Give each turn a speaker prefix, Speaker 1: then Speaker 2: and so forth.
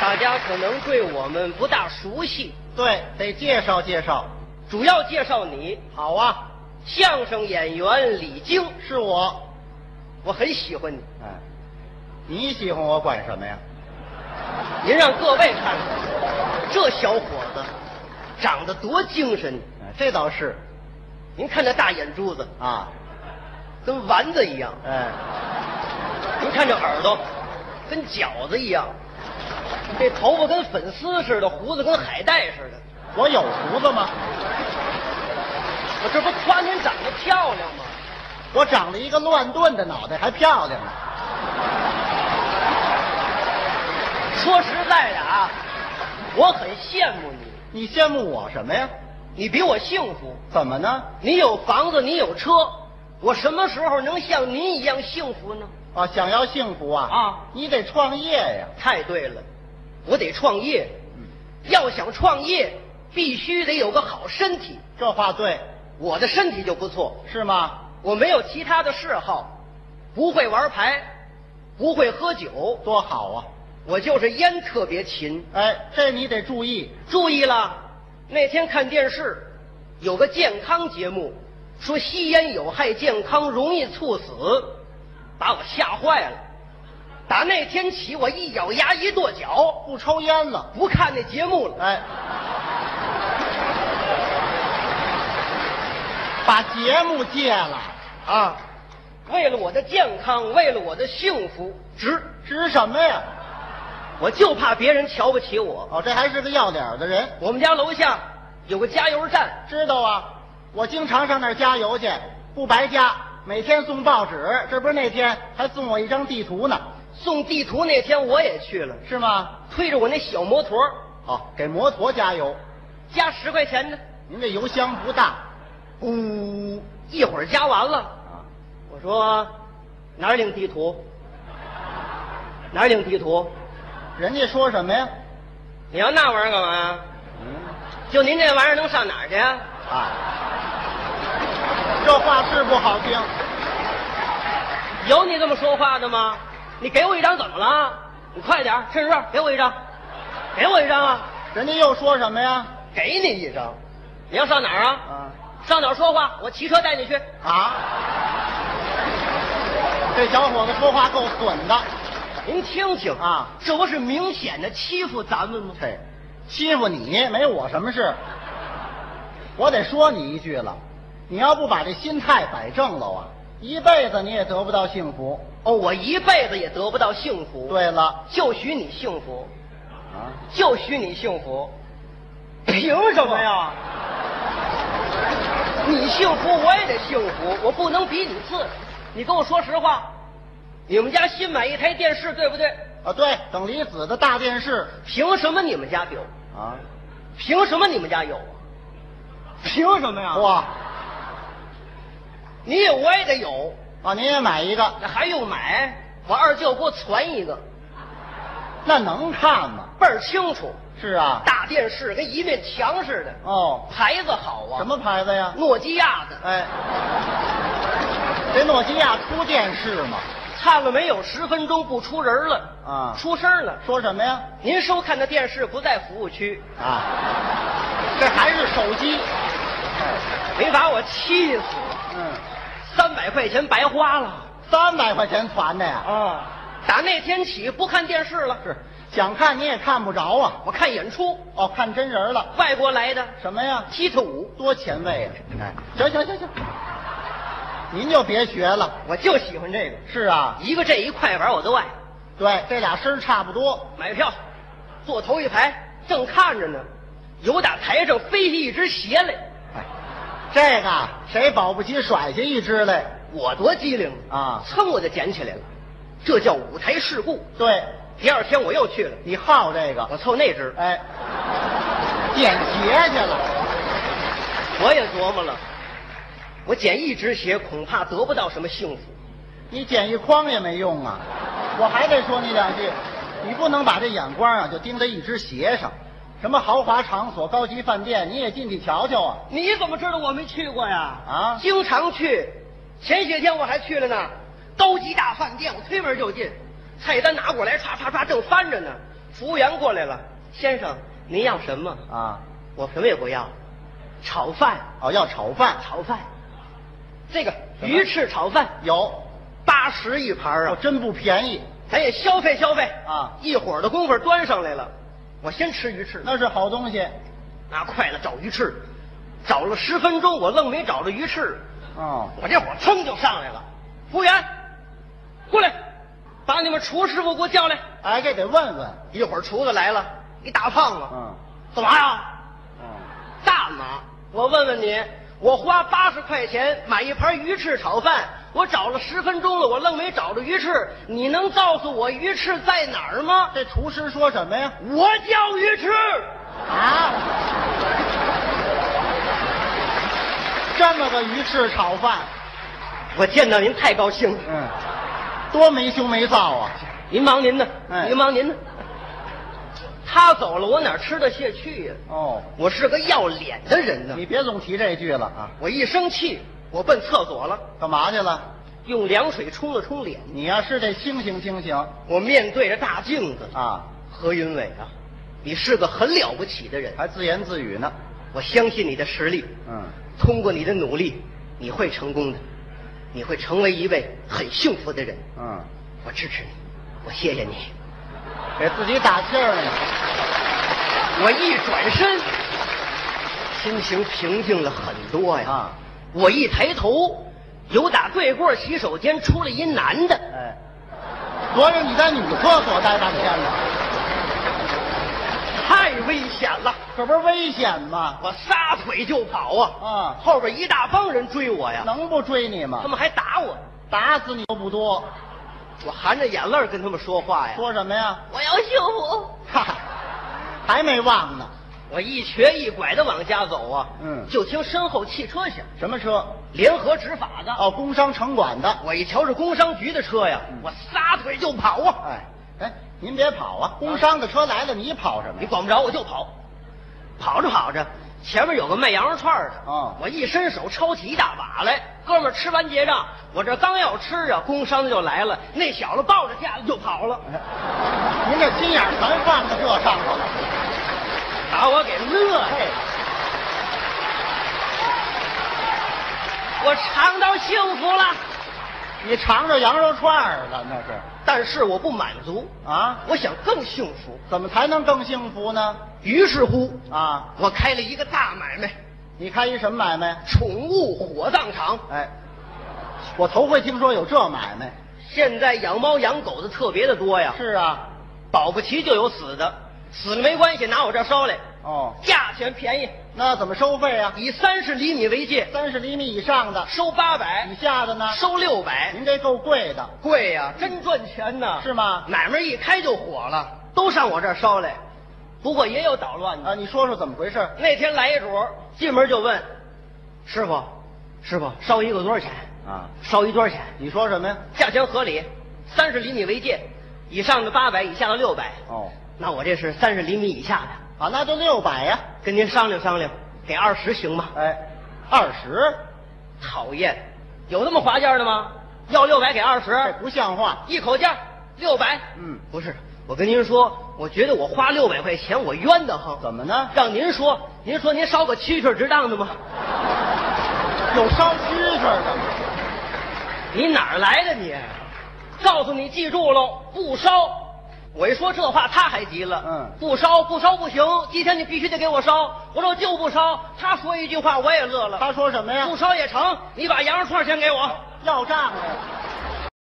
Speaker 1: 大家可能对我们不大熟悉，
Speaker 2: 对，得介绍介绍。
Speaker 1: 主要介绍你，
Speaker 2: 好啊，
Speaker 1: 相声演员李菁，
Speaker 2: 是我。
Speaker 1: 我很喜欢你，
Speaker 2: 哎，你喜欢我管什么呀？
Speaker 1: 您让各位看看，这小伙子长得多精神，
Speaker 2: 哎这倒是
Speaker 1: 您看那大眼珠子
Speaker 2: 啊，
Speaker 1: 跟丸子一样，
Speaker 2: 哎，
Speaker 1: 您看这耳朵跟饺子一样，这头发跟粉丝似的，胡子跟海带似的，
Speaker 2: 我有胡子吗？
Speaker 1: 我这不夸您长得漂亮吗？
Speaker 2: 我长了一个乱炖的脑袋，还漂亮呢。
Speaker 1: 说实在的啊，我很羡慕你，
Speaker 2: 你羡慕我什么呀？
Speaker 1: 你比我幸福，
Speaker 2: 怎么呢？
Speaker 1: 你有房子，你有车，我什么时候能像您一样幸福呢？
Speaker 2: 啊，想要幸福啊
Speaker 1: 啊
Speaker 2: 你得创业呀。
Speaker 1: 太对了，我得创业，
Speaker 2: 嗯，
Speaker 1: 要想创业，必须得有个好身体。
Speaker 2: 这话对，
Speaker 1: 我的身体就不错，
Speaker 2: 是吗？
Speaker 1: 我没有其他的嗜好，不会玩牌，不会喝酒，
Speaker 2: 多好啊！
Speaker 1: 我就是烟特别勤。
Speaker 2: 哎，这你得注意。
Speaker 1: 注意了，那天看电视，有个健康节目，说吸烟有害健康，容易猝死，把我吓坏了。打那天起，我一咬牙一跺脚，
Speaker 2: 不抽烟了。
Speaker 1: 不看那节目了。
Speaker 2: 哎，把节目戒了啊！
Speaker 1: 为了我的健康，为了我的幸福，
Speaker 2: 值值什么呀？
Speaker 1: 我就怕别人瞧不起我。
Speaker 2: 哦，这还是个要脸的人，
Speaker 1: 我们家楼下有个加油站，
Speaker 2: 知道啊？我经常上那儿加油去，不白加，每天送报纸，这不是那天还送我一张地图呢，
Speaker 1: 送地图那天我也去了，
Speaker 2: 是吗？
Speaker 1: 推着我那小摩托，
Speaker 2: 哦，给摩托加油，
Speaker 1: 加十块钱呢，
Speaker 2: 您这油箱不大
Speaker 1: 呜，嗯一会儿加完了。
Speaker 2: 啊？
Speaker 1: 我说哪儿领地图？哪儿领地图？
Speaker 2: 人家说什么呀？
Speaker 1: 你要那玩意儿干嘛呀？
Speaker 2: 嗯
Speaker 1: 就您这玩意儿能上哪儿去呀？
Speaker 2: 啊，这话是不好听。
Speaker 1: 有你这么说话的吗？你给我一张怎么了？你快点儿，趁热给我一张，给我一张啊！
Speaker 2: 人家又说什么呀？
Speaker 1: 给你一张，你要上哪儿啊？
Speaker 2: 啊
Speaker 1: 上哪儿说话？我骑车带你去。
Speaker 2: 啊！这小伙子说话够损的，
Speaker 1: 您听听
Speaker 2: 啊
Speaker 1: 这不是明显的欺负咱们吗？
Speaker 2: 嘿，欺负你没我什么事。我得说你一句了，你要不把这心态摆正了啊，一辈子你也得不到幸福。
Speaker 1: 哦，我一辈子也得不到幸福。，
Speaker 2: 对了，
Speaker 1: 就许你幸福，
Speaker 2: 啊，
Speaker 1: 就许你幸福。凭什么呀？你幸福，我也得幸福，我不能比你次。你跟我说实话，你们家新买一台电视，对不对？
Speaker 2: 啊，对，等离子的大电视
Speaker 1: 凭什么你们家有？
Speaker 2: 啊，
Speaker 1: 凭什么你们家有啊？凭什么呀
Speaker 2: 哇，
Speaker 1: 你有我也得有，
Speaker 2: 啊，您也买一个，
Speaker 1: 那还用买？我二舅给我传一个，
Speaker 2: 那能看吗？
Speaker 1: 倍儿清楚，
Speaker 2: 是啊，
Speaker 1: 大电视跟一面墙似的，
Speaker 2: 哦，
Speaker 1: 牌子好啊。
Speaker 2: 什？么牌子呀？
Speaker 1: 诺基亚的，
Speaker 2: 哎，这诺基亚出电视吗？
Speaker 1: 看了没有？十分钟不出人了
Speaker 2: 啊
Speaker 1: 出声了。
Speaker 2: 说什么呀？
Speaker 1: 您收看的电视不在服务区，
Speaker 2: 啊，这还是手机。
Speaker 1: 没把我气死了，
Speaker 2: 嗯，
Speaker 1: 三百块钱白花了
Speaker 2: 三百块钱攒的呀。
Speaker 1: 啊！打那天起不看电视了，
Speaker 2: 是，想看你也看不着啊。
Speaker 1: 我看演出，
Speaker 2: 哦，看真人了。
Speaker 1: 外国来的
Speaker 2: 什么呀？
Speaker 1: 踢踏舞，
Speaker 2: 多前卫啊！哎，行行行行，您就别学了。
Speaker 1: 我就喜欢这个，
Speaker 2: 是啊，
Speaker 1: 一个这一快板我都爱。
Speaker 2: 对，这俩声儿差不多。
Speaker 1: 买票，坐头一排，正看着呢，有打台上飞起一只鞋来，
Speaker 2: 哎，这个啊谁保不齐甩下一只来
Speaker 1: 我多机灵
Speaker 2: 啊
Speaker 1: 噌我就捡起来了，这叫舞台事故。
Speaker 2: 对，
Speaker 1: 第二天我又去了，
Speaker 2: 你好这个
Speaker 1: 我，凑那只，
Speaker 2: 哎，捡鞋去了。
Speaker 1: 我也琢磨了，我捡一只鞋恐怕得不到什么幸福。
Speaker 2: 你捡一筐也没用啊！我还得说你两句，你不能把这眼光啊就盯在一只鞋上。什么豪华场所、高级饭店，你也进去瞧瞧啊！
Speaker 1: 你怎么知道我没去过呀？
Speaker 2: 啊
Speaker 1: 经常去，前些天我还去了呢。高级大饭店，我推门就进，菜单拿过来，唰唰唰，正翻着呢，服务员过来了，先生，您要什么？
Speaker 2: 啊，
Speaker 1: 我什么也不要，炒饭，
Speaker 2: 哦，要炒饭，
Speaker 1: 炒饭，这个
Speaker 2: 什么
Speaker 1: 鱼翅炒饭
Speaker 2: 有，
Speaker 1: 八十一盘
Speaker 2: 哦
Speaker 1: 啊，，
Speaker 2: 真不便宜，
Speaker 1: 咱也消费消费
Speaker 2: 啊
Speaker 1: 一会儿的功夫端上来了，我先吃鱼翅，
Speaker 2: 那是好东西。
Speaker 1: 拿筷子找鱼翅，找了十分钟，我愣没找着鱼翅，
Speaker 2: 哦，
Speaker 1: 我这火噌就上来了。服务员，过来，把你们厨师傅给我叫来。
Speaker 2: 哎，这得问问。
Speaker 1: 一会儿厨子来了，一大胖子，
Speaker 2: 嗯，
Speaker 1: 干嘛呀？
Speaker 2: 哦，
Speaker 1: 干嘛？我问问你，我花八十块钱买一盘鱼翅炒饭，我找了十分钟了，我愣没找着鱼翅，你能告诉我鱼翅在哪儿吗？
Speaker 2: 这厨师说什么呀？
Speaker 1: 我叫鱼翅，
Speaker 2: 啊， 这么个鱼翅炒饭，
Speaker 1: 我见到您太高兴了，
Speaker 2: 嗯，多没羞没臊啊！
Speaker 1: 您忙您的，
Speaker 2: 哎
Speaker 1: 您忙您的。他走了，我哪吃得下去呀、
Speaker 2: 哦，
Speaker 1: 我是个要脸的人呢
Speaker 2: 你。别总提这句了啊！
Speaker 1: 我一生气，我奔厕所了，
Speaker 2: 干嘛去了？
Speaker 1: 用凉水冲了冲脸。
Speaker 2: 你呀、是得清醒清醒
Speaker 1: 我面对着大镜子，
Speaker 2: 啊！
Speaker 1: 何云伟啊，你是个很了不起的人，
Speaker 2: 还自言自语呢。
Speaker 1: 我相信你的实力。
Speaker 2: 嗯，
Speaker 1: 通过你的努力，你会成功的，你会成为一位很幸福的人。
Speaker 2: 嗯，
Speaker 1: 我支持你，我谢谢你。
Speaker 2: 给自己打气儿呢。
Speaker 1: 我一转身，心情平静了很多呀。
Speaker 2: 啊
Speaker 1: 我一抬头，由打对过洗手间出来一男的，
Speaker 2: 哎，合着你在女厕所待半天了，
Speaker 1: 太危险了。
Speaker 2: 这不是危险吗？
Speaker 1: 我撒腿就跑啊！
Speaker 2: 啊，
Speaker 1: 后边一大帮人追我呀，
Speaker 2: 能不追你吗
Speaker 1: 他？们还打我，
Speaker 2: 打死你都不多。
Speaker 1: 我含着眼泪儿跟他们说话呀，
Speaker 2: 说什么呀？
Speaker 1: 我要幸福。
Speaker 2: 哈哈，还没忘呢。
Speaker 1: 我一瘸一拐的往家走啊，
Speaker 2: 嗯
Speaker 1: 就听身后汽车响，
Speaker 2: 什么车？
Speaker 1: 联合执法的。
Speaker 2: 哦，工商城管的。
Speaker 1: 我一瞧是工商局的车呀，
Speaker 2: 嗯
Speaker 1: 我撒腿就跑啊！
Speaker 2: 哎哎，您别跑啊！工商的车来了，你跑什么
Speaker 1: 你
Speaker 2: 呀？
Speaker 1: 管不着我就跑，跑着跑着，前面有个卖羊肉串的，
Speaker 2: 哦
Speaker 1: 我一伸手抄起一大把来，哥们儿吃完结账，我这刚要吃啊，工商的就来了，那小子抱着架子就跑了，
Speaker 2: 您这心眼儿全放在这上头了。
Speaker 1: 把我给乐的，
Speaker 2: 嘿，
Speaker 1: 我尝到幸福了，
Speaker 2: 你尝着羊肉串儿了那是？
Speaker 1: 但是我不满足，
Speaker 2: 啊？
Speaker 1: 我想更幸福，
Speaker 2: 怎么才能更幸福呢？
Speaker 1: 于是乎，
Speaker 2: 啊，
Speaker 1: 我开了一个大买卖，
Speaker 2: 你开一什么买卖？
Speaker 1: 宠物火葬场，
Speaker 2: 哎，我头回听说有这买卖。
Speaker 1: 现在养猫养狗的特别的多呀，
Speaker 2: 是啊，
Speaker 1: 保不齐就有死的，死了没关系，拿我这儿烧来。
Speaker 2: 哦，
Speaker 1: 价钱便宜，
Speaker 2: 那怎么收费啊？
Speaker 1: 以三十厘米为界，
Speaker 2: 三十厘米以上的，
Speaker 1: 收八百
Speaker 2: 以，下的呢？
Speaker 1: 收六百，
Speaker 2: 您这够贵的，
Speaker 1: 贵呀、真赚钱呐！
Speaker 2: 是吗？
Speaker 1: 买卖一开就火了，都上我这儿烧来。不过也有捣乱的。
Speaker 2: 啊，你说说怎么回事？
Speaker 1: 那天来一主，进门就问：“师傅，师傅，烧一个多少钱？
Speaker 2: 啊，
Speaker 1: 烧一多少钱？
Speaker 2: 你说什么呀？
Speaker 1: 价钱合理，三十厘米为界，以上的八百，以下的六百。
Speaker 2: 哦，
Speaker 1: 那我这是三十厘米以下的，
Speaker 2: 啊，那就六百呀。
Speaker 1: 跟您商量商量，给二十行吗？”
Speaker 2: 哎，二十，
Speaker 1: 讨厌，有那么划价的吗？要六百给二
Speaker 2: 这
Speaker 1: 十，
Speaker 2: 不像话。
Speaker 1: 一口价六百。
Speaker 2: 嗯
Speaker 1: 不是，我跟您说，我觉得我花六百块钱我冤得慌。
Speaker 2: 怎么呢？
Speaker 1: 让您说，您说您烧个蛐蛐值当的吗？
Speaker 2: 有烧蛐蛐的吗？
Speaker 1: 你哪儿来的你？告诉你，记住喽，不烧。我一说这话，他还急了。
Speaker 2: 嗯
Speaker 1: 不烧，不烧不行，今天你必须得给我烧。我说就不烧。他说一句话，我也乐了。
Speaker 2: 他说什么呀
Speaker 1: 不？烧也成，你把羊肉串先给我。
Speaker 2: 要账的。